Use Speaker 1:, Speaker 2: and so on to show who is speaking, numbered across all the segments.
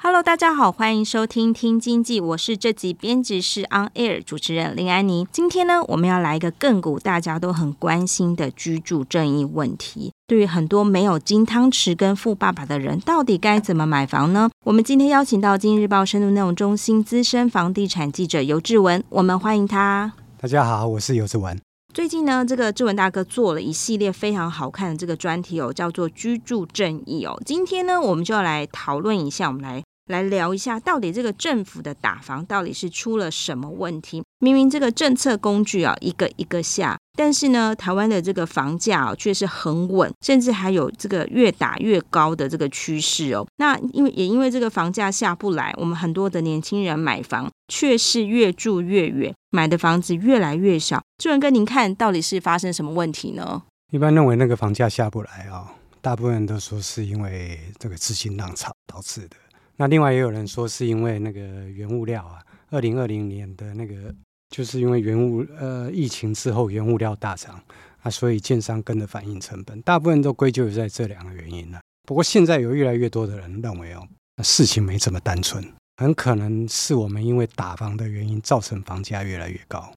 Speaker 1: Hello，大家好，欢迎收听《听经济》，我是这集编辑室 On Air 主持人林安妮。今天呢，我们要来一个亘古大家都很关心的居住正义问题。对于很多没有金汤匙跟富爸爸的人，到底该怎么买房呢？我们今天邀请到《今日报》深度内容中心资深房地产记者尤志文，我们欢迎他。
Speaker 2: 大家好，我是游志文。
Speaker 1: 最近呢，这个志文大哥做了一系列非常好看的这个专题哦，叫做“居住正义”哦。今天呢，我们就要来讨论一下，我们来来聊一下，到底这个政府的打房到底是出了什么问题？明明这个政策工具啊，一个一个下，但是呢，台湾的这个房价啊，却是很稳，甚至还有这个越打越高的这个趋势哦。那因为也因为这个房价下不来，我们很多的年轻人买房却是越住越远，买的房子越来越少。志文哥，您看到底是发生什么问题呢？
Speaker 2: 一般认为那个房价下不来啊、大部分人都说是因为这个资金浪潮导致的。那另外也有人说是因为那个原物料啊，二零二零年的那个就是因为原物呃疫情之后原物料大涨啊，所以建商跟着反映成本，大部分都归咎于在这两个原因了、不过现在有越来越多的人认为哦，事情没这么单纯，很可能是我们因为打房的原因造成房价越来越高。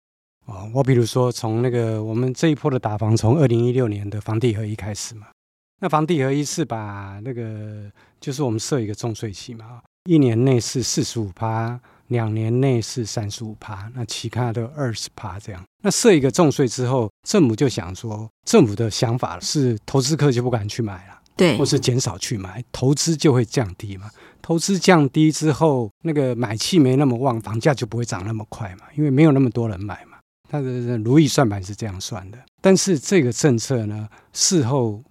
Speaker 2: 哦，我比如说从那个我们这一波的打房，从二零一六年的房地合一开始嘛，那房地合一是把那个就是我们设一个重税期嘛，一年内是四十五趴，两年内是三十五趴，那其他的二十趴这样。那设一个重税之后，政府就想说，政府的想法是投资客就不敢去买了。
Speaker 1: 对
Speaker 2: 或是减少去买，投资就会降低嘛。投资降低之后，那个买气没那么旺，房价就不会涨那么快嘛，因为没有那么多人买嘛。它的如意算盘是这样算的。但是这个政策呢，事后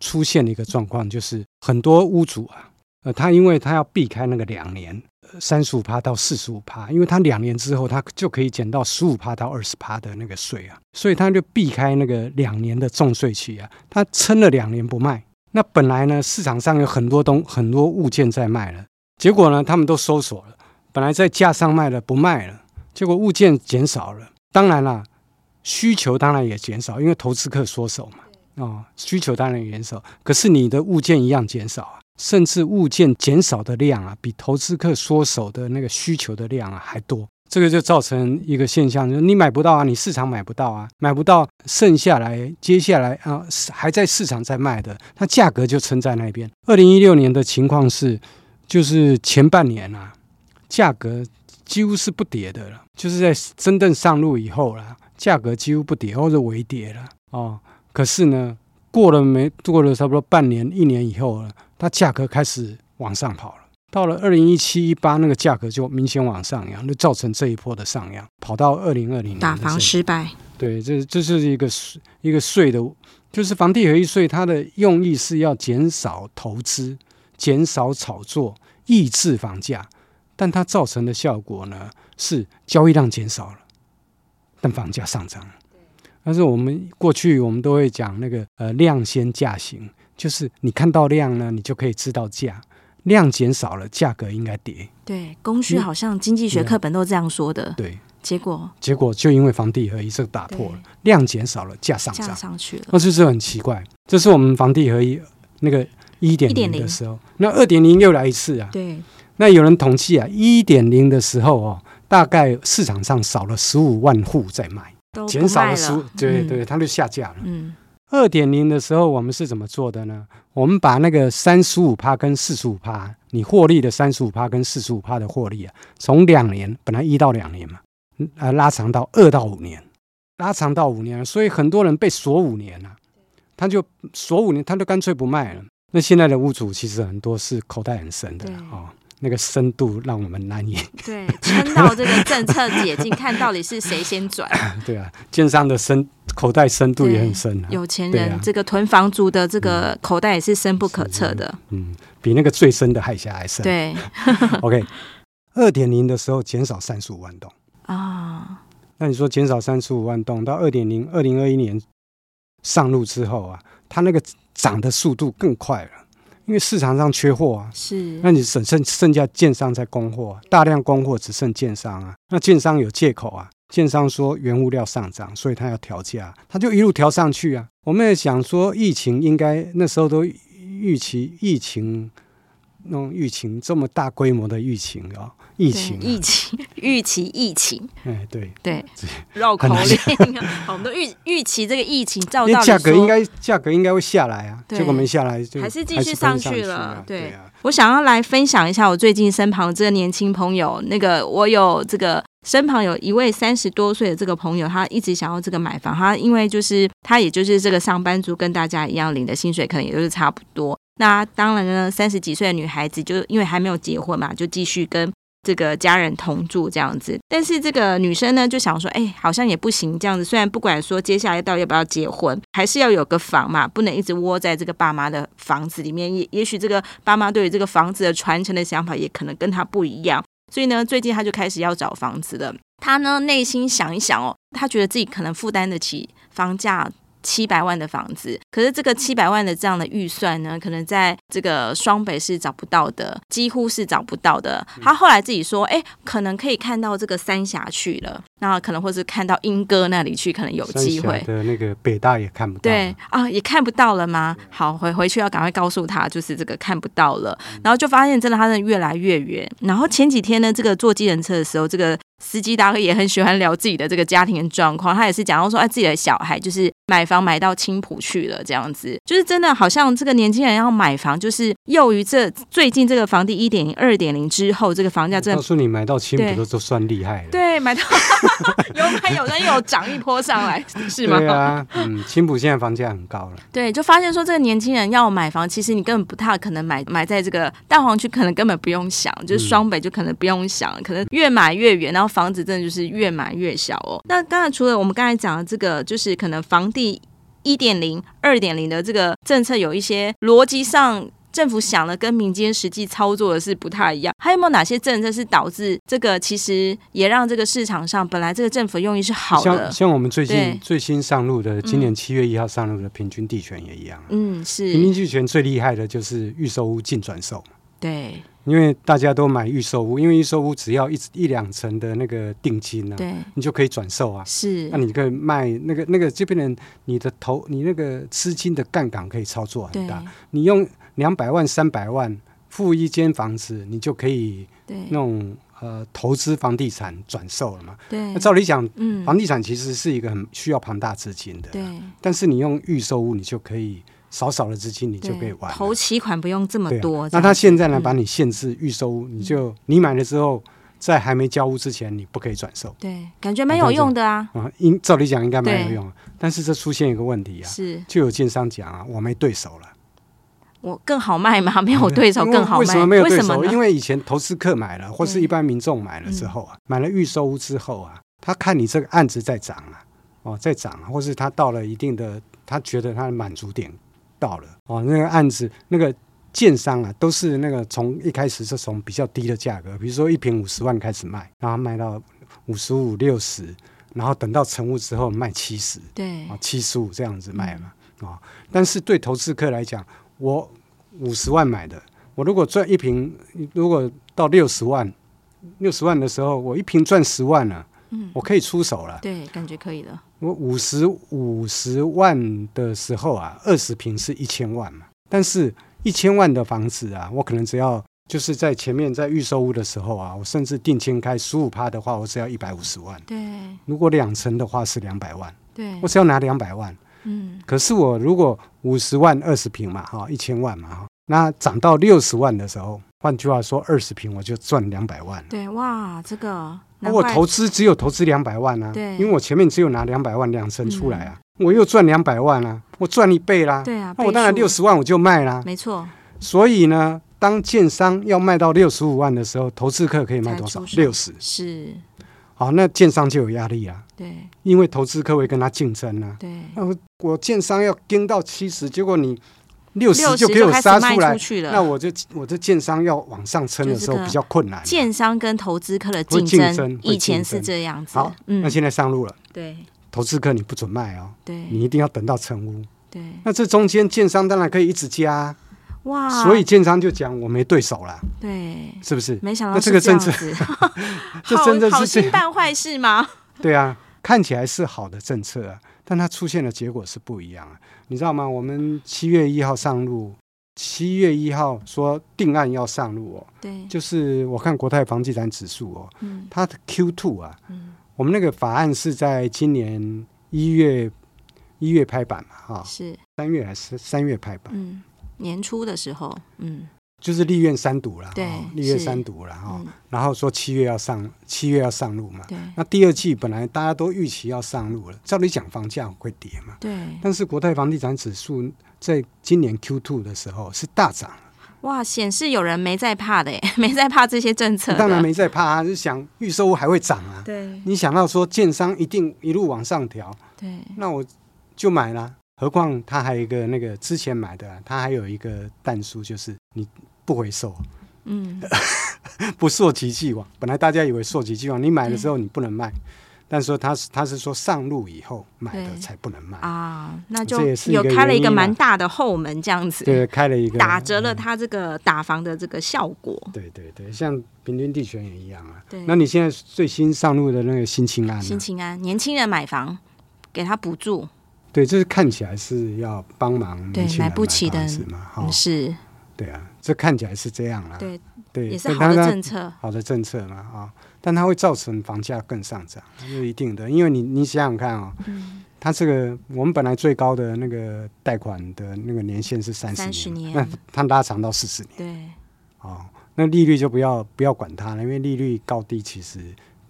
Speaker 2: 出现了一个状况，就是很多屋主啊，呃，他因为他要避开那个两年呃三十五趴到四十五趴，因为他两年之后他就可以减到十五趴到二十趴的那个税啊，所以他就避开那个两年的重税期啊，他撑了两年不卖。那本来呢，市场上有很多东很多物件在卖了，结果呢，他们都搜索了，本来在架上卖了不卖了，结果物件减少了。当然啦，需求当然也减少，因为投资客缩手嘛，哦，需求当然也减少，可是你的物件一样减少啊，甚至物件减少的量啊，比投资客缩手的那个需求的量啊还多。这个就造成一个现象，就是你买不到啊，你市场买不到啊，买不到，剩下来接下来啊是还在市场在卖的，它价格就撑在那边。二零一六年的情况是，就是前半年啊，价格几乎是不跌的了，就是在真正上路以后啦，价格几乎不跌或者微跌了哦。可是呢，过了没过了差不多半年、一年以后呢，它价格开始往上跑了。到了二零一七、一八，那个价格就明显往上扬，就造成这一波的上扬，跑到二零二零
Speaker 1: 打房失败，
Speaker 2: 对，这这是一个税一个税的，就是房地合一税，它的用意是要减少投资、减少炒作、抑制房价，但它造成的效果呢是交易量减少了，但房价上涨了。但是我们过去我们都会讲那个呃量先价行，就是你看到量呢，你就可以知道价，量减少了，价格应该跌。
Speaker 1: 对，供
Speaker 2: 嗯
Speaker 1: 需好像经济学
Speaker 2: 啊
Speaker 1: 课本都这样说的，
Speaker 2: 对，
Speaker 1: 结果
Speaker 2: 结果就因为房地合一这个打破了，量减少了，价上
Speaker 1: 价
Speaker 2: 涨。
Speaker 1: 上去了。
Speaker 2: 那就是很奇怪。这是我们房地合一那个一点零
Speaker 1: 1.0
Speaker 2: 的时候，那二点零又来一次啊。
Speaker 1: 对，
Speaker 2: 那有人统计啊，一点零的时候哦，大概市场上少了十五万户在哦卖，
Speaker 1: 都不
Speaker 2: 减少
Speaker 1: 卖
Speaker 2: 了十五，对对，，它就下架了。
Speaker 1: 嗯，
Speaker 2: 二点零的时候，我们是怎么做的呢？我们把那个三十五趴跟四十五趴，你获利的三十五趴跟四十五趴的获利啊，从两年本来一到两年嘛，嗯啊、拉长到二到五年，拉长到五年，所以很多人被锁五年了、他就锁五年，他就干脆不卖了。那现在的屋主其实很多是口袋很深的
Speaker 1: 对
Speaker 2: 哦，那个深度让我们难以
Speaker 1: 对，撑到这个政策解禁，看到底是谁先转。
Speaker 2: 对啊，建商的深口袋深度也很深、啊，
Speaker 1: 有钱
Speaker 2: 对
Speaker 1: 人
Speaker 2: 啊
Speaker 1: 这个囤房族的这个口袋也是深不可测的。
Speaker 2: 嗯，比那个最深的海峡还深。啊
Speaker 1: 对
Speaker 2: ，OK，二点零的时候减少三十五万栋，
Speaker 1: 啊，
Speaker 2: 那你说减少三十五万栋到二点零，二零二一年上路之后啊，它那个涨的速度更快了，因为市场上缺货啊，
Speaker 1: 是
Speaker 2: 那你只剩剩下建商在供货啊、大量供货只剩建商啊。那建商有借口啊，建商说原物料上涨，所以他要调价，他就一路调上去啊。我们也想说，疫情应该那时候都预期疫情，那种疫情这么大规模的疫情哦，疫
Speaker 1: 疫
Speaker 2: 情、
Speaker 1: 疫
Speaker 2: 啊，
Speaker 1: 情，预期疫情，
Speaker 2: 哎对，
Speaker 1: 对，绕口令啊，好我们都预预期这个疫情，照
Speaker 2: 因
Speaker 1: 道
Speaker 2: 为
Speaker 1: 理
Speaker 2: 价格应
Speaker 1: 说
Speaker 2: 该价格应该会下来啊，
Speaker 1: 对
Speaker 2: 结果没下来就
Speaker 1: 还是继续
Speaker 2: 跟
Speaker 1: 上
Speaker 2: 上
Speaker 1: 去了
Speaker 2: 啊
Speaker 1: 对
Speaker 2: 对啊，
Speaker 1: 我想要来分享一下我最近身旁的这个年轻朋友，那个我有这个身旁有一位三十多岁的这个朋友，他一直想要这个买房，他因为就是他也就是这个上班族，跟大家一样领的薪水可能也都是差不多。那当然呢，三十几岁的女孩子就因为还没有结婚嘛，就继续跟这个家人同住这样子。但是这个女生呢，就想说，哎、好像也不行这样子。虽然不管说接下来到底要不要结婚，还是要有个房嘛，不能一直窝在这个爸妈的房子里面。也也许这个爸妈对于这个房子的传承的想法，也可能跟她不一样。所以呢，最近她就开始要找房子了。她呢，内心想一想哦，她觉得自己可能负担得起房价。七百万的房子，可是这个七百万的这样的预算呢，可能在这个双北是找不到的，几乎是找不到的。
Speaker 2: 嗯
Speaker 1: 他后来自己说，哎、可能可以看到这个三峡去了，那可能或是看到莺歌那里去，可能有
Speaker 2: 三
Speaker 1: 机
Speaker 2: 峡
Speaker 1: 会。
Speaker 2: 的那个北大也看不到，
Speaker 1: 对，啊，也看不到了吗？
Speaker 2: 嗯
Speaker 1: 好，回回去要赶快告诉他，就是这个看不到了。然后就发现真的他真的越来越远。然后前几天呢，这个坐计程车的时候，这个司机大哥也很喜欢聊自己的这个家庭的状况，他也是讲到说，哎，自己的小孩就是买房买到青浦去了，这样子，就是真的好像这个年轻人要买房，就是由于这最近这个房地一点零、二点零之后，这个房价真
Speaker 2: 告
Speaker 1: 的。
Speaker 2: 诉你买到青浦
Speaker 1: 对
Speaker 2: 都都算厉害了。
Speaker 1: 对，买到 有买有人有涨一波上来，是吗？
Speaker 2: 对啊，嗯，青浦现在房价很高了，
Speaker 1: 对，就发现说这个年轻人要买房，其实你根本不太可能买买在这个蛋黄区，可能根本不用想，
Speaker 2: 嗯
Speaker 1: 就是双北就可能不用想，可能越买越远，然后房子真的就是越买越小哦。那刚才除了我们刚才讲的这个，就是可能房地一点零、二点零的这个政策有一些逻辑上。政府想的跟民间实际操作的是不太一样，还有没有哪些政策是导致这个其实也让这个市场上本来这个政府用意是好的
Speaker 2: 像，像我们最
Speaker 1: 对
Speaker 2: 近最新上路的，今
Speaker 1: 嗯
Speaker 2: 年七月一号上路的平均地权也一样啊。
Speaker 1: 嗯，
Speaker 2: 平均
Speaker 1: 是，
Speaker 2: 地权最厉害的就是预售屋净转售，
Speaker 1: 对
Speaker 2: 因为大家都买预售屋，因为预售屋只要一一两成的那个定金啊，
Speaker 1: 对
Speaker 2: 你就可以转售啊。
Speaker 1: 是
Speaker 2: 那，你可以卖那个那个这边人，你的投你那个资金的杠杆可以操作很
Speaker 1: 对
Speaker 2: 大，你用两百万三百万付一间房子，你就可以
Speaker 1: 对
Speaker 2: 那种呃投资房地产转售了嘛。
Speaker 1: 对
Speaker 2: 那，照理讲，
Speaker 1: 嗯，
Speaker 2: 房地产其实是一个很需要庞大资金的，
Speaker 1: 对，
Speaker 2: 但是你用预售屋，你就可以少少的资金，你就可以
Speaker 1: 对
Speaker 2: 玩了
Speaker 1: 投期款不用这么
Speaker 2: 对啊
Speaker 1: 多。
Speaker 2: 那他
Speaker 1: 这样
Speaker 2: 现在呢，
Speaker 1: 嗯
Speaker 2: 把你限制预售屋，你就你买了之后，在还没交屋之前，你不可以转售
Speaker 1: 对感觉蛮有用的啊，
Speaker 2: 啊。应照理讲应该蛮有
Speaker 1: 对
Speaker 2: 用啊，但是这出现一个问题啊，
Speaker 1: 是
Speaker 2: 就有建商讲啊，我没对手了，
Speaker 1: 我更好卖吗？没有对手
Speaker 2: 因为
Speaker 1: 更好卖，
Speaker 2: 为什么没有对手？
Speaker 1: 呢嗯
Speaker 2: 因为以前投资客买了，或是
Speaker 1: 对
Speaker 2: 一般民众买了之后
Speaker 1: 嗯
Speaker 2: 啊，买了预售屋之后啊，他看你这个案子在涨啊，哦，在涨啊，或是他到了一定的，他觉得他的满足点到了哦，那个案子那个。建商啊，都是那个从一开始是从比较低的价格，比如说一平五十万开始卖，然后卖到五十五、六十，然后等到成屋之后卖七十，
Speaker 1: 对
Speaker 2: 啊，七十五这样子卖嘛，啊、但是对投资客来讲，我五十万买的，我如果赚一瓶，如果到六十万，六十万的时候，我一瓶赚十万了，
Speaker 1: 嗯
Speaker 2: 我可以出手了。
Speaker 1: 对，感觉可以的，
Speaker 2: 我五十五十万的时候啊，二十瓶是一千万嘛，但是一千万的房子啊，我可能只要就是在前面在预售屋的时候啊，我甚至定签开十五趴的话，我只要一百五十万；
Speaker 1: 对
Speaker 2: 如果两成的话是两百万，
Speaker 1: 对
Speaker 2: 我，只要拿两百万。
Speaker 1: 嗯
Speaker 2: 可是我如果五十万二十平嘛，哈，一千万嘛，哈，那涨到六十万的时候，换句话说，二十平我就赚两百万。
Speaker 1: 对，哇，这个
Speaker 2: 那
Speaker 1: 难
Speaker 2: 我
Speaker 1: 怪
Speaker 2: 投资只有投资两百万啊，
Speaker 1: 对嗯
Speaker 2: 因为我前面只有拿两百万两成出来啊，我又赚两百万啊，我赚一倍啦，
Speaker 1: 对啊，
Speaker 2: 那我当然
Speaker 1: 倍数
Speaker 2: 六，十万我就卖啦。
Speaker 1: 没错，
Speaker 2: 所以呢，当建商要卖到六十五万的时候，投资客可以卖多少
Speaker 1: 才？出手
Speaker 2: 六十。
Speaker 1: 是，
Speaker 2: 好，那建商就有压力啊，
Speaker 1: 对
Speaker 2: 因为投资客会跟他竞争啊。
Speaker 1: 对，
Speaker 2: 那我我建商要盯到七十，结果你六十
Speaker 1: 60
Speaker 2: 就给我
Speaker 1: 开始
Speaker 2: 杀
Speaker 1: 卖
Speaker 2: 出来，
Speaker 1: 去了。
Speaker 2: 那我就我这建商要往上撑的时
Speaker 1: 就
Speaker 2: 候
Speaker 1: 是个
Speaker 2: 比较困难。啊
Speaker 1: 建商跟投资客的
Speaker 2: 会
Speaker 1: 竞
Speaker 2: 竞
Speaker 1: 争，
Speaker 2: 争会
Speaker 1: 以前
Speaker 2: 竞
Speaker 1: 是
Speaker 2: 争
Speaker 1: 这样子。
Speaker 2: 好那
Speaker 1: 嗯，
Speaker 2: 现在上路了，
Speaker 1: 对
Speaker 2: 投资客你不准卖哦，
Speaker 1: 对
Speaker 2: 你一定要等到成屋。
Speaker 1: 对，
Speaker 2: 那这中间建商当然可以一直加啊、
Speaker 1: 哇！
Speaker 2: 所以建商就讲我没对手啦，
Speaker 1: 对，
Speaker 2: 是不是？
Speaker 1: 没想到
Speaker 2: 那
Speaker 1: 是
Speaker 2: 这个
Speaker 1: 样
Speaker 2: 政
Speaker 1: 子，
Speaker 2: 这
Speaker 1: 好
Speaker 2: 真的
Speaker 1: 好
Speaker 2: 是这
Speaker 1: 心
Speaker 2: 样，
Speaker 1: 办坏事吗？
Speaker 2: 对啊，看起来是好的政策啊，但它出现的结果是不一样啊，你知道吗？我们七月一号上路，七月一号说定案要上路哦，
Speaker 1: 对，
Speaker 2: 就是我看国泰房地产指数哦，
Speaker 1: 嗯
Speaker 2: 它的 Q two 啊，
Speaker 1: 嗯，
Speaker 2: 我们那个法案是在今年一月一月拍板嘛，哈、
Speaker 1: 是，
Speaker 2: 三月还是三月拍板，
Speaker 1: 嗯，年初的时候，嗯
Speaker 2: 就是立院三读了，
Speaker 1: 对
Speaker 2: 哦立院
Speaker 1: 是
Speaker 2: 三读了哈、哦
Speaker 1: 嗯，
Speaker 2: 然后说七月要上，七月要上路嘛。
Speaker 1: 对
Speaker 2: 那第二季本来大家都预期要上路了，照理讲房价会跌嘛，
Speaker 1: 对，
Speaker 2: 但是国泰房地产指数在今年 Q two 的时候是 大涨，
Speaker 1: 哇，显示有人没在怕的耶， 没在怕这些政策，
Speaker 2: 当然，没在怕啊，就想预售屋还会涨啊。
Speaker 1: 对
Speaker 2: 你想到说建商一定一路往上调，
Speaker 1: 对
Speaker 2: 那我就买啦。何况它还有一个那个之前买的啊、它还有一个弹书，就是你不回收，啊
Speaker 1: 嗯，
Speaker 2: 不溯及既往。本来大家以为溯及既往，你买的时候你不能卖，但说他是他是说上路以后买的
Speaker 1: 嗯对
Speaker 2: 才不能卖，
Speaker 1: 啊，那
Speaker 2: 这
Speaker 1: 就
Speaker 2: 也是一
Speaker 1: 有
Speaker 2: 个
Speaker 1: 开了
Speaker 2: 原
Speaker 1: 一个
Speaker 2: 因啊
Speaker 1: 蛮大的后门，这样子，
Speaker 2: 对，开了一个
Speaker 1: 打折了它这个打房的这个效果。
Speaker 2: 对对对，像平均地权也一样啊。
Speaker 1: 对，
Speaker 2: 那你现在最新上路的那个新青安、
Speaker 1: 新
Speaker 2: 啊，
Speaker 1: 青安，年轻人买房，给他补助，
Speaker 2: 对，这是看起来是要帮忙
Speaker 1: 对
Speaker 2: 年轻人
Speaker 1: 买不起的
Speaker 2: 房子嘛，哈、
Speaker 1: 嗯是
Speaker 2: 对啊，这看起来是这样啦、
Speaker 1: 对，
Speaker 2: 对，
Speaker 1: 也是
Speaker 2: 但
Speaker 1: 好的
Speaker 2: 它
Speaker 1: 政策。
Speaker 2: 好的政策嘛啊、但它会造成房价更上涨，这是一定的。因为你你想想看啊、它这个我们本来最高的那个贷款的那个年限是三十
Speaker 1: 30
Speaker 2: 年
Speaker 1: 年
Speaker 2: 嘛，那它拉长到四十年
Speaker 1: 对
Speaker 2: 哦，那利率就不要不要管它了，因为利率高低其实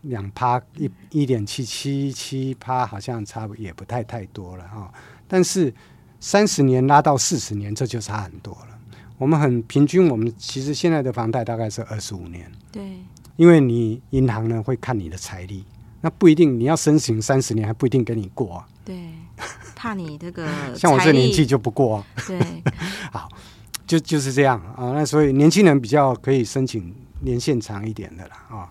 Speaker 2: 两趴一一点七七七趴好像差不也不太太多了哈、但是三十年拉到四十年，这就差很多了。我们很平均，我们其实现在的房贷大概是二十五年。
Speaker 1: 对
Speaker 2: 因为你银行呢会看你的财力，那不一定你要申请三十年还不一定给你过、啊，
Speaker 1: 对，怕你这个
Speaker 2: 像我
Speaker 1: 呃财
Speaker 2: 这
Speaker 1: 力
Speaker 2: 年纪就不过、啊，
Speaker 1: 对
Speaker 2: 就就是这样啊。那所以年轻人比较可以申请年限长一点的啦啊。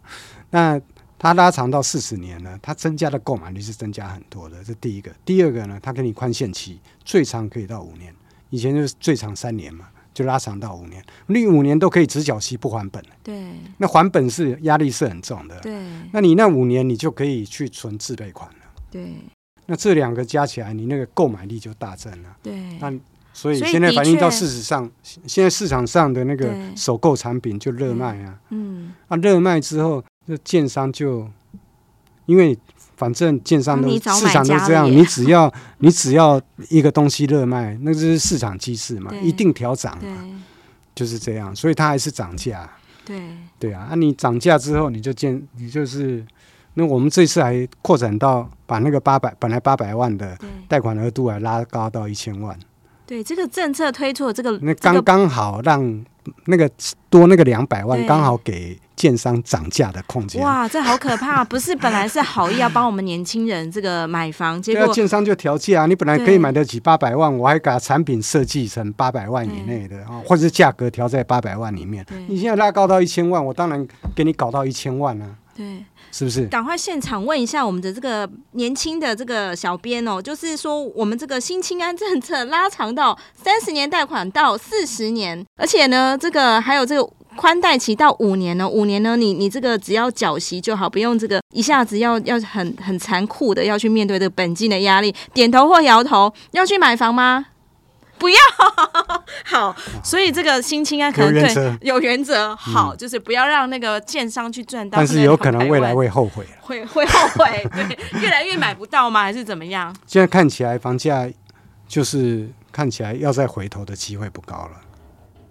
Speaker 2: 那它拉长到四十年呢，它增加的购买率是增加很多的，这第一个。第二个呢，它给你宽限期，最长可以到五年，以前就是最长三年嘛，就拉长到五年，那五年都可以只缴息不还本，
Speaker 1: 对
Speaker 2: 那还本是压力是很重的。
Speaker 1: 对
Speaker 2: 那你那五年你就可以去存自备款了。
Speaker 1: 对
Speaker 2: 那这两个加起来，你那个购买力就大增了。
Speaker 1: 对
Speaker 2: 那所以
Speaker 1: 所以
Speaker 2: 现在
Speaker 1: 的
Speaker 2: 反映到
Speaker 1: 确
Speaker 2: 事实上，现在市场上的那个
Speaker 1: 对
Speaker 2: 首购产品就热卖啊，
Speaker 1: 嗯，
Speaker 2: 啊热卖之后，那建商就因为反正建商
Speaker 1: 帮
Speaker 2: 都
Speaker 1: 你找
Speaker 2: 市场
Speaker 1: 买
Speaker 2: 都
Speaker 1: 家了
Speaker 2: 这样，
Speaker 1: 耶
Speaker 2: 你只要 你只要一个东西热卖，那就是市场机制嘛，
Speaker 1: 对
Speaker 2: 一定调涨
Speaker 1: 对
Speaker 2: 嘛，就是这样，所以它还是涨价。
Speaker 1: 对
Speaker 2: 对啊，啊你涨价之后，你就见你就是，那我们这次还扩展到把那个八百本来八百万的
Speaker 1: 对
Speaker 2: 贷款额度还啊拉高到一千万，
Speaker 1: 对，这个政策推出的这个
Speaker 2: 那
Speaker 1: 嗯这
Speaker 2: 刚
Speaker 1: 个
Speaker 2: 刚好让那个多那个两百万，
Speaker 1: 对
Speaker 2: 刚好给建商涨价的空间。
Speaker 1: 哇，这好可怕！不是本来是好意要帮我们年轻人这个买房，结
Speaker 2: 对啊，
Speaker 1: 果
Speaker 2: 建商就调价啊！你本来可
Speaker 1: 对
Speaker 2: 以买得起八百万，我还把产品设计成八百万以内的啊，或者是价格调在八百万里面
Speaker 1: 对。
Speaker 2: 你现在拉高到一千万，我当然给你搞到一千万啊，
Speaker 1: 对，
Speaker 2: 是不是？
Speaker 1: 赶快现场问一下我们的这个年轻的这个小编哦，就是说我们这个新青安政策拉长到三十年贷款到四十年，而且呢，这个还有这个。宽贷期到五年呢，五年呢，你你这个只要缴息就好，不用这个一下子要要很很残酷的要去面对这个本金的压力。点头或摇头，要去买房吗？不要， 好，所以这个新青安可能
Speaker 2: 有原
Speaker 1: 对
Speaker 2: 则嗯
Speaker 1: 有原则，好，就是不要让那个建商去赚到。
Speaker 2: 但是有可能未来会后悔。啊
Speaker 1: 会会后悔， 对，越来越买不到吗？还是怎么样？
Speaker 2: 现在看起来房价就是看起来要再回头的机会不高了。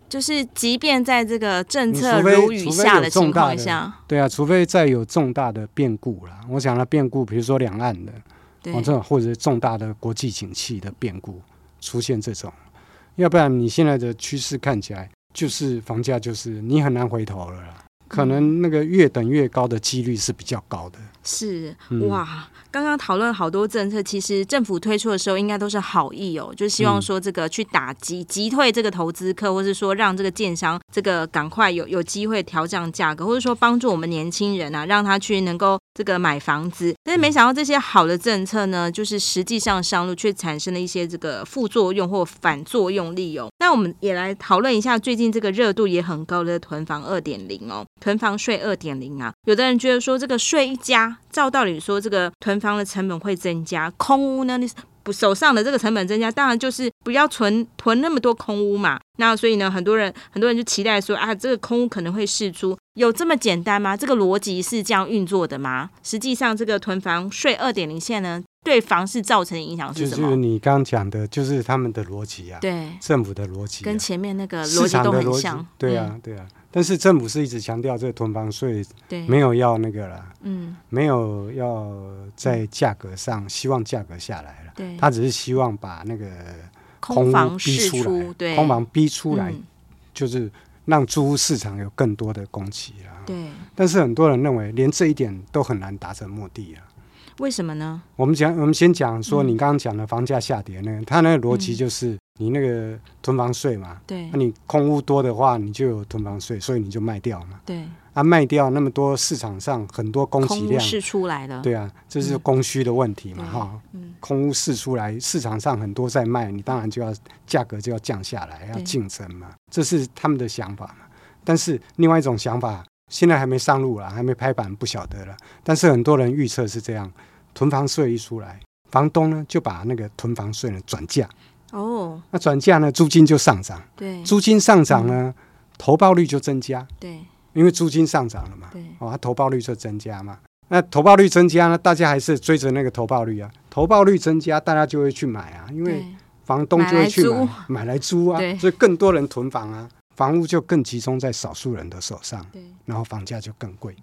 Speaker 1: 就是即便在这个政策
Speaker 2: 你除非
Speaker 1: 如雨下的情况下，
Speaker 2: 对啊，除非再有重大的变故啦。我想了变故，比如说两岸的，
Speaker 1: 对
Speaker 2: 哦，这种或者是重大的国际景气的变故出现这种，要不然你现在的趋势看起来就是房价就是你很难回头了啦，
Speaker 1: 嗯
Speaker 2: 可能那个越等越高的几率是比较高的。
Speaker 1: 是
Speaker 2: 嗯
Speaker 1: 哇，刚刚讨论好多政策，其实政府推出的时候应该都是好意哦，就
Speaker 2: 嗯
Speaker 1: 希望说这个去打击、击退这个投资客，或是说让这个建商这个赶快有有机会调降价格，或者说帮助我们年轻人啊，让他去能够这个买房子。但是没想到这些好的政策呢，就是实际上上路却产生了一些这个副作用或反作用力哦。那我们也来讨论一下最近这个热度也很高的囤房二点零哦，囤房税二点零啊，有的人觉得说这个税一加，照道理说这个囤房的成本会增加，空屋呢你不手上的这个成本增加，当然就是不要存囤那么多空屋嘛。那所以呢，很多人很多人就期待说啊，这个空屋可能会释出，有这么简单吗？这个逻辑是这样运作的吗？实际上，这个囤房税二点零现在呢，对房市造成的影响
Speaker 2: 就是
Speaker 1: 哦什
Speaker 2: 是
Speaker 1: 么？
Speaker 2: 你刚刚讲的，就是他们的逻辑啊，
Speaker 1: 对，
Speaker 2: 政府的逻辑啊、
Speaker 1: 跟前面那个逻
Speaker 2: 市
Speaker 1: 辑
Speaker 2: 场
Speaker 1: 都
Speaker 2: 的
Speaker 1: 很
Speaker 2: 逻
Speaker 1: 像
Speaker 2: 辑。，对啊，对啊。但是政府是一直强调这个囤房税
Speaker 1: 嗯，对，
Speaker 2: 没有要那个了，
Speaker 1: 嗯，
Speaker 2: 没有要在价格上希望价格下来了，
Speaker 1: 对，
Speaker 2: 他只是希望把那个
Speaker 1: 空
Speaker 2: 房
Speaker 1: 房
Speaker 2: 逼
Speaker 1: 释
Speaker 2: 出来，
Speaker 1: 对，
Speaker 2: 空房逼出来，
Speaker 1: 嗯
Speaker 2: 就是让租屋市场有更多的供给了。
Speaker 1: 对，
Speaker 2: 但是很多人认为，连这一点都很难达成目的啊。
Speaker 1: 为什么呢？
Speaker 2: 我们讲，我们先讲说
Speaker 1: 嗯
Speaker 2: 你刚刚讲的房价下跌那个，它那个逻辑
Speaker 1: 嗯
Speaker 2: 就是你那个囤房税嘛，
Speaker 1: 对
Speaker 2: 那、，你空屋多的话，你就有囤房税，所以你就卖掉嘛。
Speaker 1: 对，
Speaker 2: 啊，卖掉那么多市场上很多供给
Speaker 1: 空屋
Speaker 2: 量，
Speaker 1: 释出来了，
Speaker 2: 对啊，这是
Speaker 1: 嗯
Speaker 2: 供需的问题嘛，
Speaker 1: 对
Speaker 2: 哈。
Speaker 1: 嗯，
Speaker 2: 空屋试出来，市场上很多在卖，你当然就要价格就要降下来，要
Speaker 1: 对
Speaker 2: 竞争嘛，这是他们的想法嘛。但是另外一种想法，现在还没上路啦，还没拍板，不晓得了。但是很多人预测是这样：囤房税一出来，房东呢就把那个囤房税呢转嫁，
Speaker 1: 哦，
Speaker 2: 那转嫁呢租金就上涨，
Speaker 1: 对，嗯
Speaker 2: 租金上涨呢，投报率就增加，
Speaker 1: 对
Speaker 2: 因为租金上涨了嘛，
Speaker 1: 对，
Speaker 2: 哦，它投报率就增加嘛。那投报率增加呢，大家还是追着那个投报率啊，投报率增加，大家就会去买啊，因为
Speaker 1: 对
Speaker 2: 房东就会去买
Speaker 1: 买来租
Speaker 2: 买来租啊
Speaker 1: 对，
Speaker 2: 所以更多人囤房啊，房屋就更集中在少数人的手上，
Speaker 1: 对，
Speaker 2: 然后房价就更贵。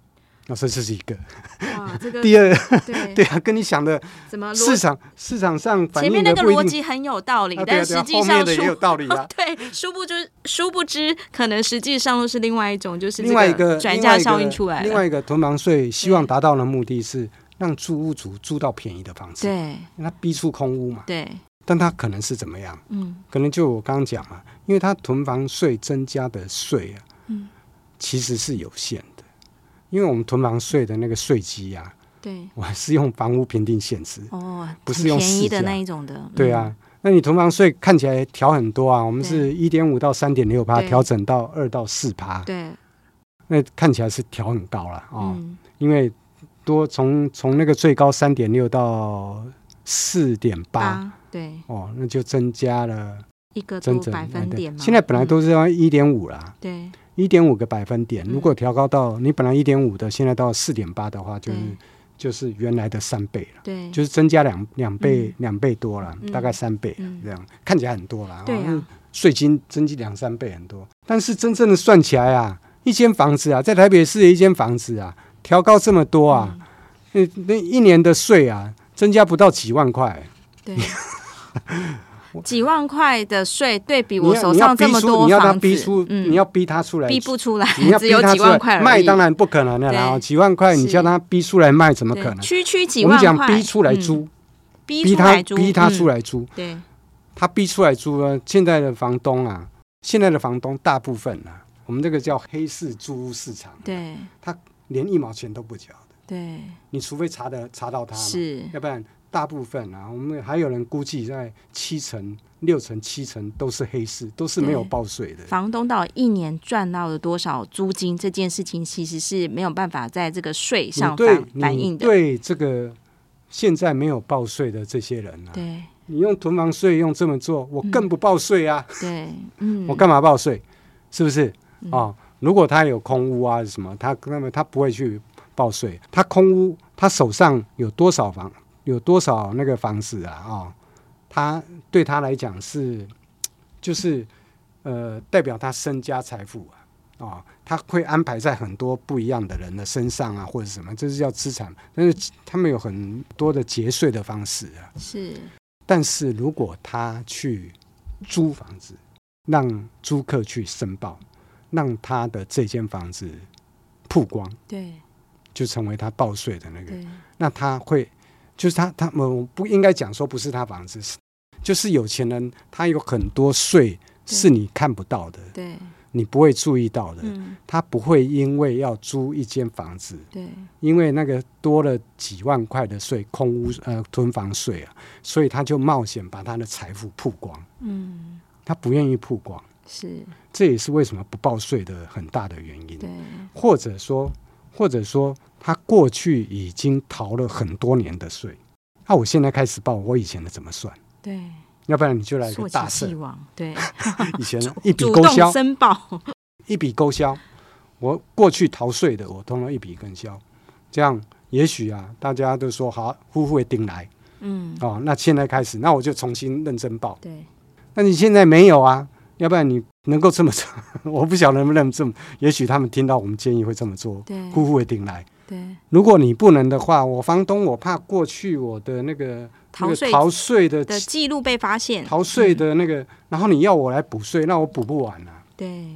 Speaker 2: 那、这是一个。
Speaker 1: 哇，这个
Speaker 2: 第二，
Speaker 1: 对
Speaker 2: 对啊，跟你想的
Speaker 1: 怎么逻
Speaker 2: 市场市场上反
Speaker 1: 前
Speaker 2: 映
Speaker 1: 面
Speaker 2: 的
Speaker 1: 那个
Speaker 2: 不一
Speaker 1: 逻
Speaker 2: 定，
Speaker 1: 辑很有道理，
Speaker 2: 啊对啊
Speaker 1: 但
Speaker 2: 对啊
Speaker 1: 实际
Speaker 2: 后
Speaker 1: 上
Speaker 2: 面的也有
Speaker 1: 殊。
Speaker 2: 道理啊啦
Speaker 1: 对，殊不知殊不知，可能实际上又是另外一种，就是这
Speaker 2: 另外一个
Speaker 1: 转
Speaker 2: 另
Speaker 1: 嫁
Speaker 2: 外一
Speaker 1: 效
Speaker 2: 个
Speaker 1: 应出来
Speaker 2: 另
Speaker 1: 了。
Speaker 2: 外一个囤房税希望达到的目的是让租屋主租到便宜的房子，
Speaker 1: 对
Speaker 2: 那逼出空屋嘛。
Speaker 1: 对，
Speaker 2: 但它可能是怎么样？
Speaker 1: 嗯
Speaker 2: 可能就我刚刚讲嘛，因为它囤房税增加的税啊，
Speaker 1: 嗯，
Speaker 2: 其实是有限的，因为我们囤房税的那个税基啊，
Speaker 1: 对，
Speaker 2: 我还是用房屋评定限制，
Speaker 1: 哦，
Speaker 2: 不
Speaker 1: 很
Speaker 2: 是用
Speaker 1: 便宜
Speaker 2: 市
Speaker 1: 的
Speaker 2: 价
Speaker 1: 那一种的，
Speaker 2: 对啊。那你囤房税看起来调很多啊，我们
Speaker 1: 对
Speaker 2: 是一点五到三点六趴，
Speaker 1: 对
Speaker 2: 调整到二到四趴
Speaker 1: 嗯，，对，
Speaker 2: 那看起来是调很高了哦，
Speaker 1: 嗯
Speaker 2: 因为多从从那个最高三点六到四点八，
Speaker 1: 八对
Speaker 2: 哦，那就增加了
Speaker 1: 一个
Speaker 2: 整
Speaker 1: 多
Speaker 2: 整
Speaker 1: 百分
Speaker 2: 哎对
Speaker 1: 点嘛，
Speaker 2: 现在本来
Speaker 1: 嗯
Speaker 2: 都是要一点五啦，
Speaker 1: 对
Speaker 2: 一点五个百分点，
Speaker 1: 嗯
Speaker 2: 如果调高到你本来一点五的，现在到四点八的话，就是
Speaker 1: 对
Speaker 2: 就是原来的三倍了，
Speaker 1: 对，
Speaker 2: 就是增加两两倍
Speaker 1: 嗯
Speaker 2: 两倍多了
Speaker 1: 嗯，
Speaker 2: 大概三倍
Speaker 1: 嗯
Speaker 2: 这样，看起来很多了，
Speaker 1: 对
Speaker 2: 哦
Speaker 1: 啊，
Speaker 2: 税金增加两三倍很多，但是真正的算起来啊，一间房子啊，在台北市的一间房子啊，调高这么多啊，
Speaker 1: 嗯
Speaker 2: 那那一年的税啊，增加不到几万块，
Speaker 1: 对。几万块的税对比
Speaker 2: 你
Speaker 1: 我
Speaker 2: 要
Speaker 1: 手
Speaker 2: 你要
Speaker 1: 上这
Speaker 2: 逼
Speaker 1: 么
Speaker 2: 出
Speaker 1: 多
Speaker 2: 你要他
Speaker 1: 房子，
Speaker 2: 逼出，
Speaker 1: 嗯，
Speaker 2: 你要逼他出来
Speaker 1: 逼不出来，
Speaker 2: 你要
Speaker 1: 只
Speaker 2: 逼
Speaker 1: 有
Speaker 2: 他
Speaker 1: 几
Speaker 2: 出来
Speaker 1: 万块而已。
Speaker 2: 卖，当然不可能的啦。
Speaker 1: 对
Speaker 2: 哦几万块，你
Speaker 1: 是
Speaker 2: 叫他逼出来卖，怎么
Speaker 1: 对
Speaker 2: 可能？
Speaker 1: 区区几
Speaker 2: 我
Speaker 1: 万
Speaker 2: 们
Speaker 1: 块，
Speaker 2: 讲逼出来租
Speaker 1: 嗯，，逼
Speaker 2: 逼
Speaker 1: 出
Speaker 2: 他
Speaker 1: 来租，
Speaker 2: 逼他
Speaker 1: 嗯
Speaker 2: 出。来租，
Speaker 1: 对
Speaker 2: 他逼出来租呢？现在的房东啊，现在的房东大部分啊，我们这个叫黑市租屋市场，
Speaker 1: 对
Speaker 2: 连一毛钱都不交的，
Speaker 1: 对，
Speaker 2: 你除非查的查到他嘛，
Speaker 1: 是，
Speaker 2: 要不然大部分啊，我们还有人估计在七成、六成、七成都是黑市，都是没有
Speaker 1: 对
Speaker 2: 报税的。
Speaker 1: 房东到底一年赚到了多少租金这件事情，其实是没有办法在这个税
Speaker 2: 你
Speaker 1: 上
Speaker 2: 对
Speaker 1: 反反
Speaker 2: 你
Speaker 1: 映的。
Speaker 2: 对这个现在没有报税的这些人啊，
Speaker 1: 对
Speaker 2: 你用囤房税用这么做，
Speaker 1: 嗯
Speaker 2: 我更不报税啊！
Speaker 1: 对，嗯，
Speaker 2: 我干嘛报税？是不是？哦，如果他有空屋啊什么，他那么他不会去报税。他空屋，他手上有多少房，有多少那个房子啊？哦，他对他来讲是，就是呃，代表他身家财富啊。哦，他会安排在很多不一样的人的身上啊，或者什么，这是叫资产。但是他们有很多的节税的方式啊。
Speaker 1: 是
Speaker 2: 但是如果他去租房子，让租客去申报，让他的这间房子曝光，
Speaker 1: 对
Speaker 2: 就成为他报税的那个，
Speaker 1: 对
Speaker 2: 那他会就是他他我不应该讲说不是他房子，是就是有钱人他有很多税是你看不到的，
Speaker 1: 对，
Speaker 2: 你不会注意到的，
Speaker 1: 嗯
Speaker 2: 他不会因为要租一间房子，
Speaker 1: 对
Speaker 2: 因为那个多了几万块的税，空屋呃囤房税啊，所以他就冒险把他的财富曝光，
Speaker 1: 嗯
Speaker 2: 他不愿意曝光，
Speaker 1: 是
Speaker 2: 这也是为什么不报税的很大的原因
Speaker 1: 对。
Speaker 2: 或者说，或者说他过去已经逃了很多年的税，那、我现在开始报，我以前的怎么算？
Speaker 1: 对，
Speaker 2: 要不然你就来
Speaker 1: 溯
Speaker 2: 个
Speaker 1: 及
Speaker 2: 大
Speaker 1: 既
Speaker 2: 赦，
Speaker 1: 往， 对，
Speaker 2: 以前呢一笔
Speaker 1: 主
Speaker 2: 勾销
Speaker 1: 动，申报，
Speaker 2: 一笔勾销。我过去逃税的，我通通一笔勾销。这样也许啊，大家都说好，呼呼会顶来
Speaker 1: 嗯，
Speaker 2: 哦。那现在开始，那我就重新认真报。
Speaker 1: 对
Speaker 2: 那你现在没有啊？要不然你能够这么做？ 我不晓得能不能这么。也许他们听到我们建议会这么做，
Speaker 1: 对
Speaker 2: 呼呼会顶来。
Speaker 1: 对
Speaker 2: 如果你不能的话，我房东我怕过去我的那个那
Speaker 1: 逃
Speaker 2: 个
Speaker 1: 税
Speaker 2: 逃税的
Speaker 1: 的记录被发现，嗯
Speaker 2: 逃税的那个，然后你要我来补税，那我补不完啊，
Speaker 1: 对，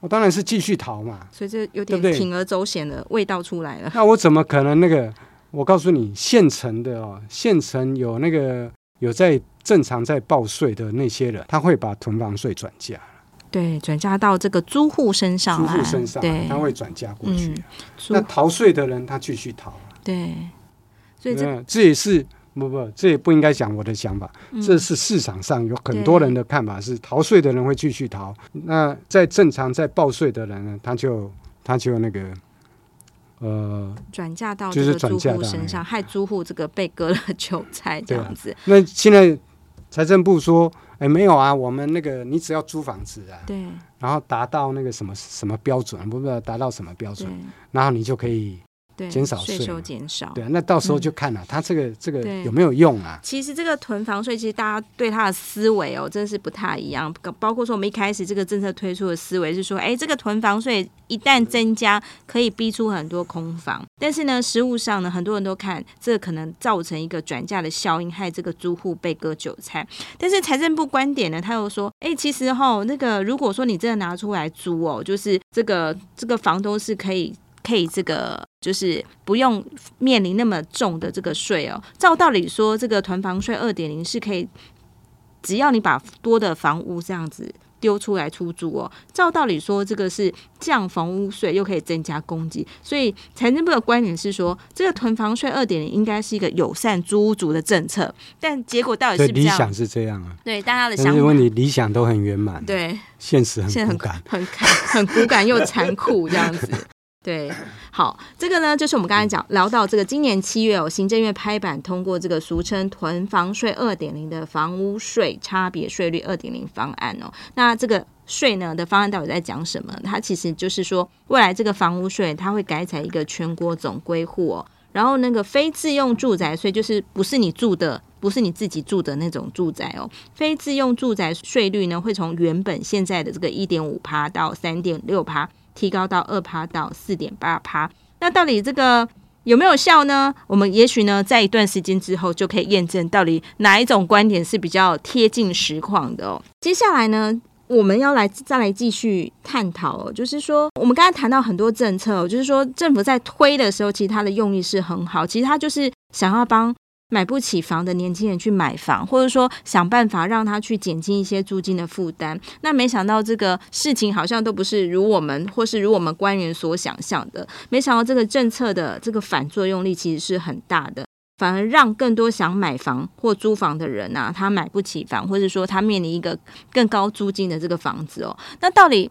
Speaker 2: 我当然是继续逃嘛。
Speaker 1: 所以这有
Speaker 2: 对
Speaker 1: 点
Speaker 2: 不对
Speaker 1: 铤而走险的味道出来了，
Speaker 2: 那我怎么可能那个？我告诉你，现成的哦，现成有那个有在正常在报税的那些人，他会把囤房税转嫁
Speaker 1: 对，转嫁到这个租户身上
Speaker 2: 租
Speaker 1: 来，
Speaker 2: 户身上啊，
Speaker 1: 对嗯
Speaker 2: 他会转嫁过去啊。
Speaker 1: 租
Speaker 2: 那逃税的人他继续逃啊，
Speaker 1: 对，所以这
Speaker 2: 嗯这也是不不，这也不应该讲我的想法。
Speaker 1: 嗯
Speaker 2: 这是市场上有很多人的看法是，逃税的人会继续逃，那在正常在报税的人呢，他就他就那个，呃，
Speaker 1: 转嫁到
Speaker 2: 就
Speaker 1: 这
Speaker 2: 是
Speaker 1: 个
Speaker 2: 转
Speaker 1: 租
Speaker 2: 嫁
Speaker 1: 户
Speaker 2: 到
Speaker 1: 身
Speaker 2: 那
Speaker 1: 上，
Speaker 2: 个
Speaker 1: 害租户这个被割了韭菜这
Speaker 2: 对啊
Speaker 1: 样子，
Speaker 2: 那现在财政部说，哎，没有啊，我们那个你只要租房子啊，
Speaker 1: 对
Speaker 2: 然后达到那个什么什么标准，不不达到什么标
Speaker 1: 对
Speaker 2: 准，然后你就可以，
Speaker 1: 对，
Speaker 2: 减少
Speaker 1: 税
Speaker 2: 税
Speaker 1: 收
Speaker 2: 嘛
Speaker 1: 减少，
Speaker 2: 对啊，那到时候就看了、他这个这个
Speaker 1: 嗯对
Speaker 2: 有没有用啊？
Speaker 1: 其实这个囤房税，其实大家对它的思维哦，真的是不太一样。包括说我们一开始这个政策推出的思维是说，哎，这个囤房税一旦增加，可以逼出很多空房。但是呢，实物上呢，很多人都看这可能造成一个转嫁的效应，害这个租户被割韭菜。但是财政部观点呢，他又说，哎，其实哈、那个如果说你真的拿出来租哦，就是这个这个房东是可以。可以这个就是不用面临那么重的这个税哦。照道理说，这个团房税二点零是可以，只要你把多的房屋这样子丢出来出租哦，照道理说这个是降房屋税，又可以增加供给，所以财政部的观点是说，这个囤房税二点零应该是一个友善租屋族的政策，但结果到底
Speaker 2: 所以
Speaker 1: 是不是这
Speaker 2: 理
Speaker 1: 样
Speaker 2: 想？是这样啊，
Speaker 1: 对大家的
Speaker 2: 但
Speaker 1: 想
Speaker 2: 是
Speaker 1: 法
Speaker 2: 问，题理想都很圆满，，啊
Speaker 1: 对。
Speaker 2: 现实
Speaker 1: 现
Speaker 2: 很
Speaker 1: 在
Speaker 2: 骨
Speaker 1: 很
Speaker 2: 感。
Speaker 1: 很看很骨感又残 酷这样子。对，好，这个呢，就是我们
Speaker 2: 嗯
Speaker 1: 刚才讲聊到这个，今年七月哦，行政院拍板通过这个俗称“囤房税二点零”的房屋税差别税率二点零方案哦。那这个税呢的方案到底在讲什么？它其实就是说，未来这个房屋税它会改采一个全国总归户哦，然后那个非自用住宅税就是不是你住的，不是你自己住的那种住宅哦，非自用住宅税率呢，会从原本现在的这个一点五趴到三点六趴，提高到二趴到四点八趴。那到底这个有没有效呢？我们也许呢，在一段时间之后就可以验证到底哪一种观点是比较贴近实况的哦。接下来呢？我们要来再来继续探讨、哦，就是说，我们刚才谈到很多政策、哦，就是说政府在推的时候，其实它的用意是很好，其实它就是想要帮买不起房的年轻人去买房，或者说想办法让他去减轻一些租金的负担。那没想到这个事情好像都不是如我们或是如我们官员所想象的。没想到这个政策的这个反作用力其实是很大的，反而让更多想买房或租房的人啊，他买不起房，或者说他面临一个更高租金的这个房子哦。那到底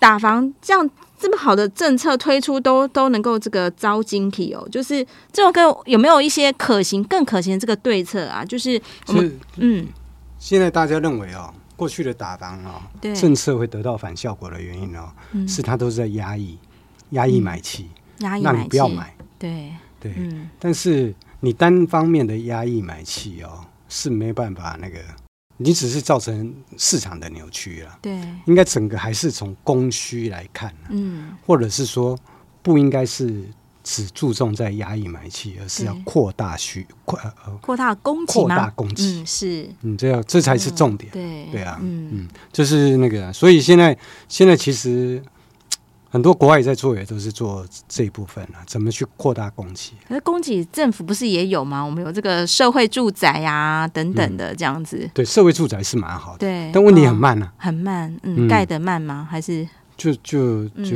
Speaker 1: 打房这样这么好的政策推出都都能够这个招惊体哦，就是这种跟有没有一些可行、更可行的这个对策啊？就是我
Speaker 2: 所
Speaker 1: 们
Speaker 2: 以
Speaker 1: 嗯，
Speaker 2: 现在大家认为哦，过去的打房哦，
Speaker 1: 对，
Speaker 2: 政策会得到反效果的原因哦，
Speaker 1: 嗯
Speaker 2: 是它都是在压抑，压抑买气，
Speaker 1: 压抑
Speaker 2: 让你不要
Speaker 1: 气，
Speaker 2: 买。
Speaker 1: 对，
Speaker 2: 对，
Speaker 1: 嗯，
Speaker 2: 但是你单方面的压抑买气哦，是没办法那个，你只是造成市场的扭曲了。
Speaker 1: 对，
Speaker 2: 应该整个还是从供需来看啊、
Speaker 1: 嗯，
Speaker 2: 或者是说不应该是只注重在压抑买气，而是要
Speaker 1: 对
Speaker 2: 扩大需扩呃
Speaker 1: 扩大供给
Speaker 2: 扩
Speaker 1: 吗？
Speaker 2: 大供给，
Speaker 1: 嗯，是
Speaker 2: 嗯，这要这才是重点。
Speaker 1: 对
Speaker 2: 对啊
Speaker 1: 嗯
Speaker 2: 嗯，就是那个，所以现在现在其实很多国外也在做，也都是做这一部分了、怎么去扩大供给？
Speaker 1: 可是供给政府不是也有吗？我们有这个社会住宅啊等等的这样子，
Speaker 2: 对，社会住宅是蛮好的，
Speaker 1: 对，
Speaker 2: 嗯但问题很
Speaker 1: 嗯、
Speaker 2: 慢啊，
Speaker 1: 很慢，嗯，
Speaker 2: 嗯
Speaker 1: 盖得慢吗？还是
Speaker 2: 就就就、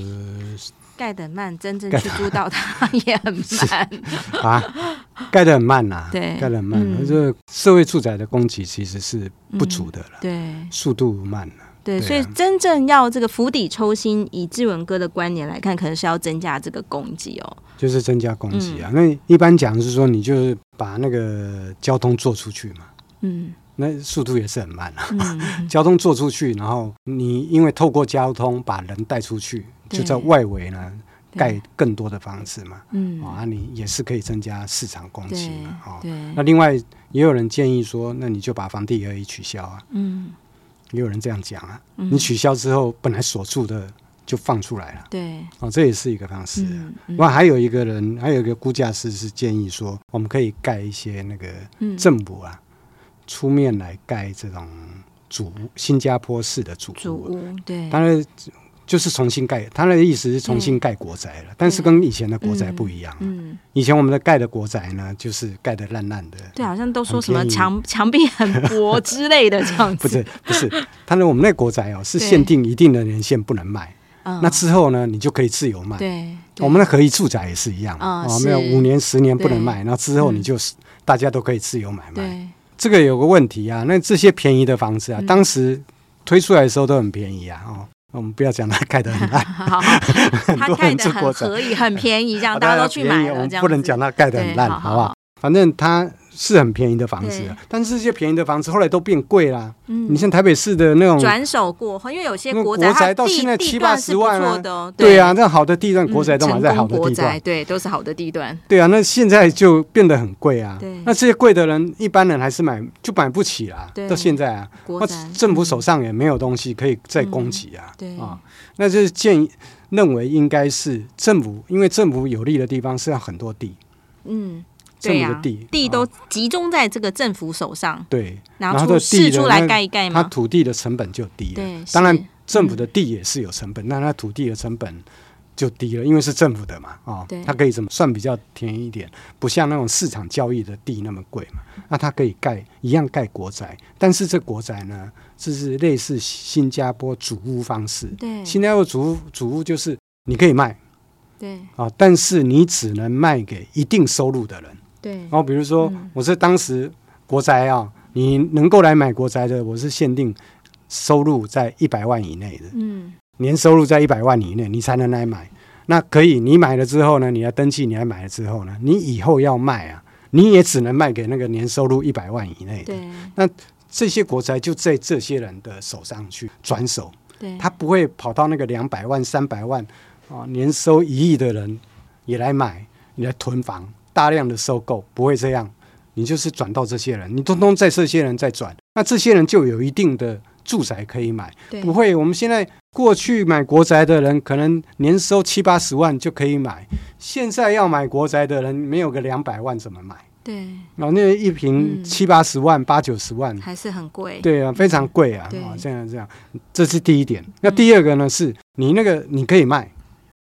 Speaker 1: 嗯盖得慢，真正
Speaker 2: 盖
Speaker 1: 去租到 它也很慢，
Speaker 2: 啊，盖得很慢呐、啊，
Speaker 1: 对
Speaker 2: 盖得很慢、啊，
Speaker 1: 嗯
Speaker 2: 这、社会住宅的供给其实是不足的了，
Speaker 1: 对
Speaker 2: 速度慢了、
Speaker 1: 对，
Speaker 2: 对啊
Speaker 1: 所以真正要这个釜底抽薪，以志文哥的观点来看，可能是要增加这个供给哦，
Speaker 2: 就是增加供给
Speaker 1: 嗯
Speaker 2: 啊。那一般讲是说，你就是把那个交通做出去嘛，
Speaker 1: 嗯
Speaker 2: 那速度也是很慢啊。
Speaker 1: 嗯
Speaker 2: 交通做出去，然后你因为透过交通把人带出去，
Speaker 1: 对
Speaker 2: 就在外围呢
Speaker 1: 对
Speaker 2: 盖更多的房子嘛，
Speaker 1: 嗯
Speaker 2: 哦，啊，你也是可以增加市场供
Speaker 1: 对
Speaker 2: 给嘛，哦。
Speaker 1: 对，
Speaker 2: 那另外也有人建议说，那你就把房地合一取消啊，
Speaker 1: 嗯
Speaker 2: 也有人这样讲啊。
Speaker 1: 嗯
Speaker 2: 你取消之后，本来所住的就放出来了，
Speaker 1: 对
Speaker 2: 哦，这也是一个方式啊。
Speaker 1: 嗯嗯
Speaker 2: 那还有一个人，还有一个估价师是建议说，我们可以盖一些那个
Speaker 1: 嗯
Speaker 2: 政府啊出面来盖这种主屋新加坡式的主
Speaker 1: 主
Speaker 2: 屋，
Speaker 1: 屋对，
Speaker 2: 当然就是重新盖，他的意思是重新盖国宅了，但是跟以前的国宅不一样。啊
Speaker 1: 嗯。
Speaker 2: 以前我们的盖的国宅呢，就是盖的烂烂的，
Speaker 1: 对，好像都说
Speaker 2: 很
Speaker 1: 什么
Speaker 2: 便宜
Speaker 1: 墙墙壁很薄之类 的这样子。
Speaker 2: 不是不是，他的我们那国宅哦是
Speaker 1: 对
Speaker 2: 限定一定的年限不能卖，
Speaker 1: 嗯，
Speaker 2: 那之后呢你就可以自由卖。
Speaker 1: 对，对
Speaker 2: 我们的合一住宅也是一样嘛，
Speaker 1: 嗯
Speaker 2: 哦，
Speaker 1: 是
Speaker 2: 没有五年、十年不能卖，
Speaker 1: 对
Speaker 2: 然后之后
Speaker 1: 嗯
Speaker 2: 你就是、大家都可以自由买卖。
Speaker 1: 对
Speaker 2: 这个有个问题啊，那这些便宜的房子啊，
Speaker 1: 嗯
Speaker 2: 当时推出来的时候都很便宜啊，哦，我们不要讲它盖的很 烂，
Speaker 1: 好，它
Speaker 2: 多
Speaker 1: 盖
Speaker 2: 人
Speaker 1: 的
Speaker 2: 做
Speaker 1: 很
Speaker 2: 国宅
Speaker 1: 合理，很便宜，这样
Speaker 2: 好
Speaker 1: 大家
Speaker 2: 的
Speaker 1: 都去买
Speaker 2: 便宜我
Speaker 1: 了，
Speaker 2: 们
Speaker 1: 这样
Speaker 2: 不能
Speaker 1: 子
Speaker 2: 讲它盖得
Speaker 1: 对
Speaker 2: 很烂，
Speaker 1: 好
Speaker 2: 好不好？反正它是很便宜的房子
Speaker 1: 对
Speaker 2: 啊，但是这些便宜的房子后来都变贵啦。
Speaker 1: 嗯
Speaker 2: 你像台北市的那种，
Speaker 1: 转手过后，因为有些
Speaker 2: 那
Speaker 1: 国
Speaker 2: 国
Speaker 1: 它
Speaker 2: 宅到
Speaker 1: 地
Speaker 2: 现在
Speaker 1: 地
Speaker 2: 七
Speaker 1: 段
Speaker 2: 八
Speaker 1: 是
Speaker 2: 十
Speaker 1: 不
Speaker 2: 万
Speaker 1: 错
Speaker 2: 啊
Speaker 1: 的哦
Speaker 2: 对啊，，那好的地段
Speaker 1: 嗯
Speaker 2: 国宅都买在
Speaker 1: 成
Speaker 2: 好
Speaker 1: 功
Speaker 2: 的
Speaker 1: 国
Speaker 2: 地
Speaker 1: 宅
Speaker 2: 段，
Speaker 1: 对，都是好的地段，
Speaker 2: 对啊，那现在就变得很贵啊
Speaker 1: 对。
Speaker 2: 那这些贵的人，一般人还是买就买不起啦
Speaker 1: 对。
Speaker 2: 到现在啊，
Speaker 1: 国
Speaker 2: 那
Speaker 1: 宅嗯
Speaker 2: 政府手上也没有东西可以再供给啊。
Speaker 1: 对
Speaker 2: 啊，那就是建议认为应该是政府，因为政府有利的地方是要很多地，
Speaker 1: 嗯，
Speaker 2: 政
Speaker 1: 对
Speaker 2: 府
Speaker 1: 呀
Speaker 2: 的地，
Speaker 1: 地
Speaker 2: 啊
Speaker 1: 都集中在这个政府手上，
Speaker 2: 对，
Speaker 1: 然
Speaker 2: 然后
Speaker 1: 出
Speaker 2: 这
Speaker 1: 试
Speaker 2: 地
Speaker 1: 出
Speaker 2: 的
Speaker 1: 来
Speaker 2: 那
Speaker 1: 盖一盖
Speaker 2: 它
Speaker 1: 嘛，
Speaker 2: 土地的成本就低
Speaker 1: 对
Speaker 2: 了。当然
Speaker 1: 是，嗯
Speaker 2: 政府的地也是有成本，那它土地的成本就低了，因为是政府的嘛，哦
Speaker 1: 对，
Speaker 2: 它可以怎么算比较便宜一点，不像那种市场交易的地那么贵嘛。那它可以盖一样盖国宅，但是这国宅呢，就是类似新加坡主屋方式。
Speaker 1: 对
Speaker 2: 新加坡主屋主屋就是你可以卖
Speaker 1: 对
Speaker 2: 啊、但是你只能卖给一定收入的人。
Speaker 1: 对
Speaker 2: 然，哦后比如说
Speaker 1: 嗯，
Speaker 2: 我是当时国宅啊，你能够来买国宅的，我是限定收入在一百万以内的，
Speaker 1: 嗯
Speaker 2: 年收入在一百万以内，你才能来买。那可以，你买了之后呢，你来登记，你来买了之后呢，你以后要卖啊，你也只能卖给那个年收入一百万以内的。
Speaker 1: 对
Speaker 2: 这些国宅就在这些人的手上去转手，
Speaker 1: 对，
Speaker 2: 他不会跑到那个两百万、三百万啊、年收一亿的人也来买，也来囤房，大量的收购，不会这样。你就是转到这些人，你通通在这些人在转，那这些人就有一定的住宅可以买，
Speaker 1: 对
Speaker 2: 不会。我们现在过去买国宅的人，可能年收七八十万就可以买，现在要买国宅的人，没有个两百万怎么买？
Speaker 1: 对，
Speaker 2: 然后那一
Speaker 1: 嗯
Speaker 2: 平七八十万、八九十万，
Speaker 1: 还是很贵，
Speaker 2: 对啊，非常贵啊
Speaker 1: 对，嗯
Speaker 2: 啊，这样这样，这是第一点。那第二个呢，是你那个你可以卖，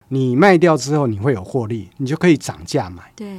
Speaker 2: 你卖掉之后你会有获利，你就可以涨价买。
Speaker 1: 对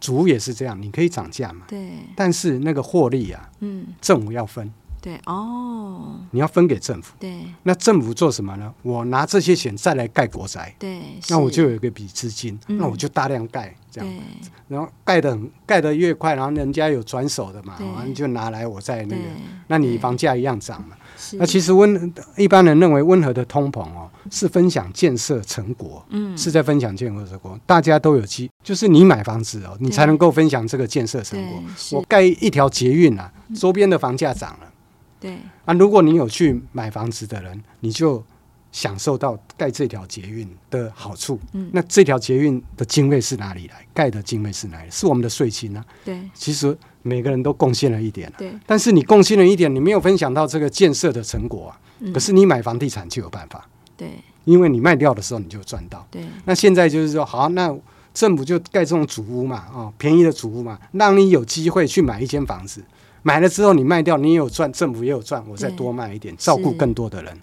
Speaker 2: 主也是这样，你可以涨价买，
Speaker 1: 对，
Speaker 2: 但是那个获利啊，
Speaker 1: 嗯
Speaker 2: 政府要分，
Speaker 1: 对哦，
Speaker 2: 你要分给政府。
Speaker 1: 对
Speaker 2: 那政府做什么呢？我拿这些钱再来盖国宅，
Speaker 1: 对，
Speaker 2: 那
Speaker 1: 是
Speaker 2: 我就有一个笔资金，
Speaker 1: 嗯
Speaker 2: 那我就大量盖这样。
Speaker 1: 对
Speaker 2: 然后盖的很盖的越快，然后人家有转手的嘛，哦
Speaker 1: 对
Speaker 2: 然后你就拿来我再那
Speaker 1: 对
Speaker 2: 个，，那你
Speaker 1: 对
Speaker 2: 房价一样涨嘛。那其
Speaker 1: 实
Speaker 2: 实温一般人认为温和的通膨哦，是分享建设成果，
Speaker 1: 嗯
Speaker 2: 是在分享建设成果，大家都有机，就是你买房子哦，你才能够分享这个建设成果
Speaker 1: 对。是嗯
Speaker 2: 我盖一条捷运啊，周边的房价涨了
Speaker 1: 对
Speaker 2: 啊，如果你有去买房子的人，你就享受到盖这条捷运的好处。
Speaker 1: 嗯
Speaker 2: 那这条捷运的经费是哪里来？盖的经费是哪里？是我们的税金啊。
Speaker 1: 对
Speaker 2: 其实每个人都贡献了一点、啊。
Speaker 1: 对，
Speaker 2: 但是你贡献了一点，你没有分享到这个建设的成果啊。
Speaker 1: 嗯
Speaker 2: 可是你买房地产就有办法，
Speaker 1: 对
Speaker 2: 因为你卖掉的时候你就赚到。
Speaker 1: 对，
Speaker 2: 那现在就是说，好，那政府就盖这种主屋嘛，哦，便宜的主屋嘛，让你有机会去买一间房子，买了之后你卖掉，你也有赚，政府也有赚，我再
Speaker 1: 对
Speaker 2: 多卖一点，照顾更多的人。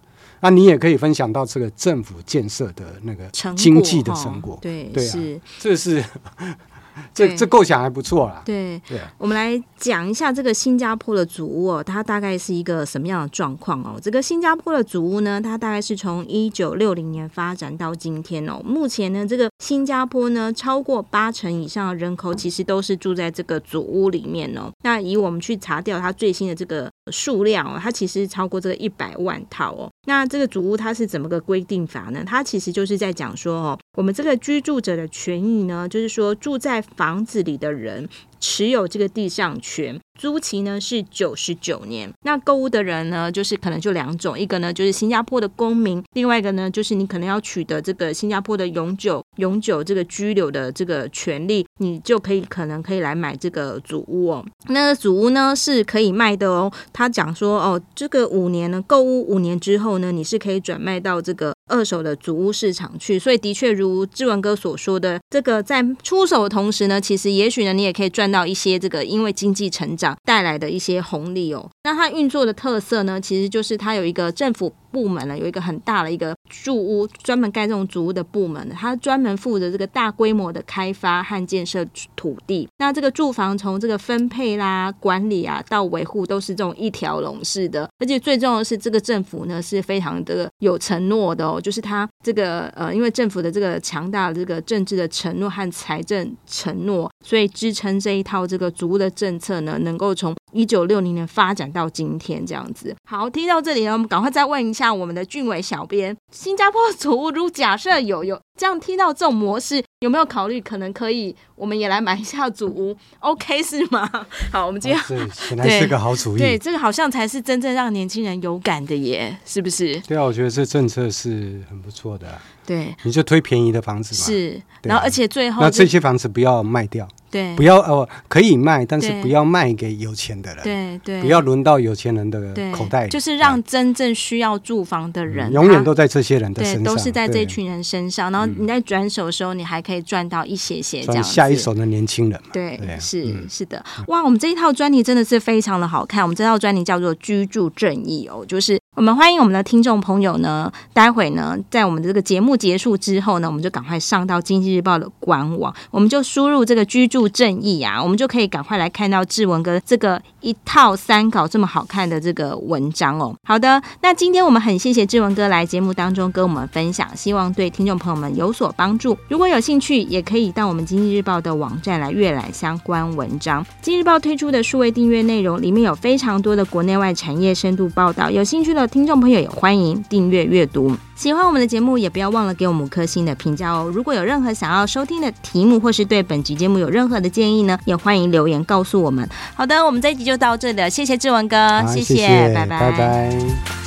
Speaker 2: 那你也可以分享到这个政府建设的那个
Speaker 1: 成果
Speaker 2: 经济的
Speaker 1: 哈
Speaker 2: 成果，
Speaker 1: 对，
Speaker 2: 对啊
Speaker 1: 是，
Speaker 2: 这是 这
Speaker 1: 对
Speaker 2: 这构想还不错啦。
Speaker 1: 对。
Speaker 2: 对啊，
Speaker 1: 我们来讲一下这个新加坡的祖屋哦，它大概是一个什么样的状况哦？这个新加坡的祖屋呢，它大概是从一九六零年发展到今天哦。目前呢，这个新加坡呢，超过八成以上的人口其实都是住在这个祖屋里面哦。那以我们去查掉它最新的这个数量哦，它其实超过这个一百万套哦。那这个祖屋它是怎么个规定法呢？它其实就是在讲说哦，我们这个居住者的权益呢，就是说住在房子里的人。持有这个地上权，租期呢是九十九年。那购物的人呢，就是可能就两种，一个呢就是新加坡的公民，另外一个呢就是你可能要取得这个新加坡的永久永久这个居留的这个权利，你就可以可能可以来买这个祖屋哦。那个祖屋呢是可以卖的哦。他讲说哦，这个五年呢，购物五年之后呢，你是可以转卖到这个二手的祖屋市场去。所以的确如志文哥所说的，这个在出手的同时呢，其实也许呢，你也可以赚到一些这个因为经济成长带来的一些红利哦。那它运作的特色呢，其实就是它有一个政府部门啊呢，有一个很大的一个住屋专门盖这种主屋的部门，它专门负责这个大规模的开发和建设土地。那这个住房从这个分配啦、管理啊到维护都是这种一条龙式的，而且最重要的是，这个政府呢是非常的有承诺的哦，就是它这个呃，因为政府的这个强大的这个政治的承诺和财政承诺，所以支撑这一套这个足屋的政策呢，能够从一九六零年发展到今天这样子。好，听到这里呢，我们赶快再问一下我们的俊伟小编，新加坡祖屋如假设有有这样听到这种模式，有没有考虑可能可以，我们也来买一下祖屋，OK 是吗？好，我们今天、
Speaker 2: 哦这显然是个好主意。
Speaker 1: 对这个好像才是真正让年轻人有感的耶，是不是？
Speaker 2: 对啊，我觉得这政策是很不错的啊、
Speaker 1: 对，
Speaker 2: 你就推便宜的房子嘛。。
Speaker 1: 是。
Speaker 2: 对
Speaker 1: 然
Speaker 2: 啊
Speaker 1: 后而且最后
Speaker 2: 那
Speaker 1: 就
Speaker 2: 这些房子不要卖掉，
Speaker 1: 对
Speaker 2: 不要哦，可以卖，但
Speaker 1: 对
Speaker 2: 是不要卖给有钱的人，
Speaker 1: 对对，
Speaker 2: 不要轮到有钱人的
Speaker 1: 对
Speaker 2: 口袋里，
Speaker 1: 就是让真正需要住房的人
Speaker 2: 嗯永远
Speaker 1: 他
Speaker 2: 都在这些人的身
Speaker 1: 对，
Speaker 2: 上，
Speaker 1: 都是在这
Speaker 2: 对
Speaker 1: 群人身上。然后你在转手的时候，你还可以赚到一些些这样
Speaker 2: 转
Speaker 1: 子。
Speaker 2: 下一手的年轻人嘛。
Speaker 1: 对，
Speaker 2: 对
Speaker 1: 是、
Speaker 2: 嗯
Speaker 1: 是的，哇，我们这一套专题真的是非常的好看。我们这套专题叫做《居住正义》哦，就是我们欢迎我们的听众朋友呢，待会呢，在我们的这个节目结束之后呢，我们就赶快上到《经济日报》的官网，我们就输入这个“居住正义”啊，我们就可以赶快来看到志文哥这个一套三稿这么好看的这个文章哦。好的，那今天我们很谢谢志文哥来节目当中跟我们分享，希望对听众朋友们有所帮助。如果有兴趣，也可以到我们经济日报的网站来阅览相关文章。经济日报推出的数位订阅内容里面有非常多的国内外产业深度报道，有兴趣的听众朋友也欢迎订阅阅读。喜欢我们的节目，也不要忘了给我们五颗星的评价哦。如果有任何想要收听的题目，或是对本集节目有任何的建议呢，也欢迎留言告诉我们。好的，我们这一集就到这里了，谢谢志文哥，
Speaker 2: 好
Speaker 1: 谢
Speaker 2: 谢，
Speaker 1: 拜
Speaker 2: 拜拜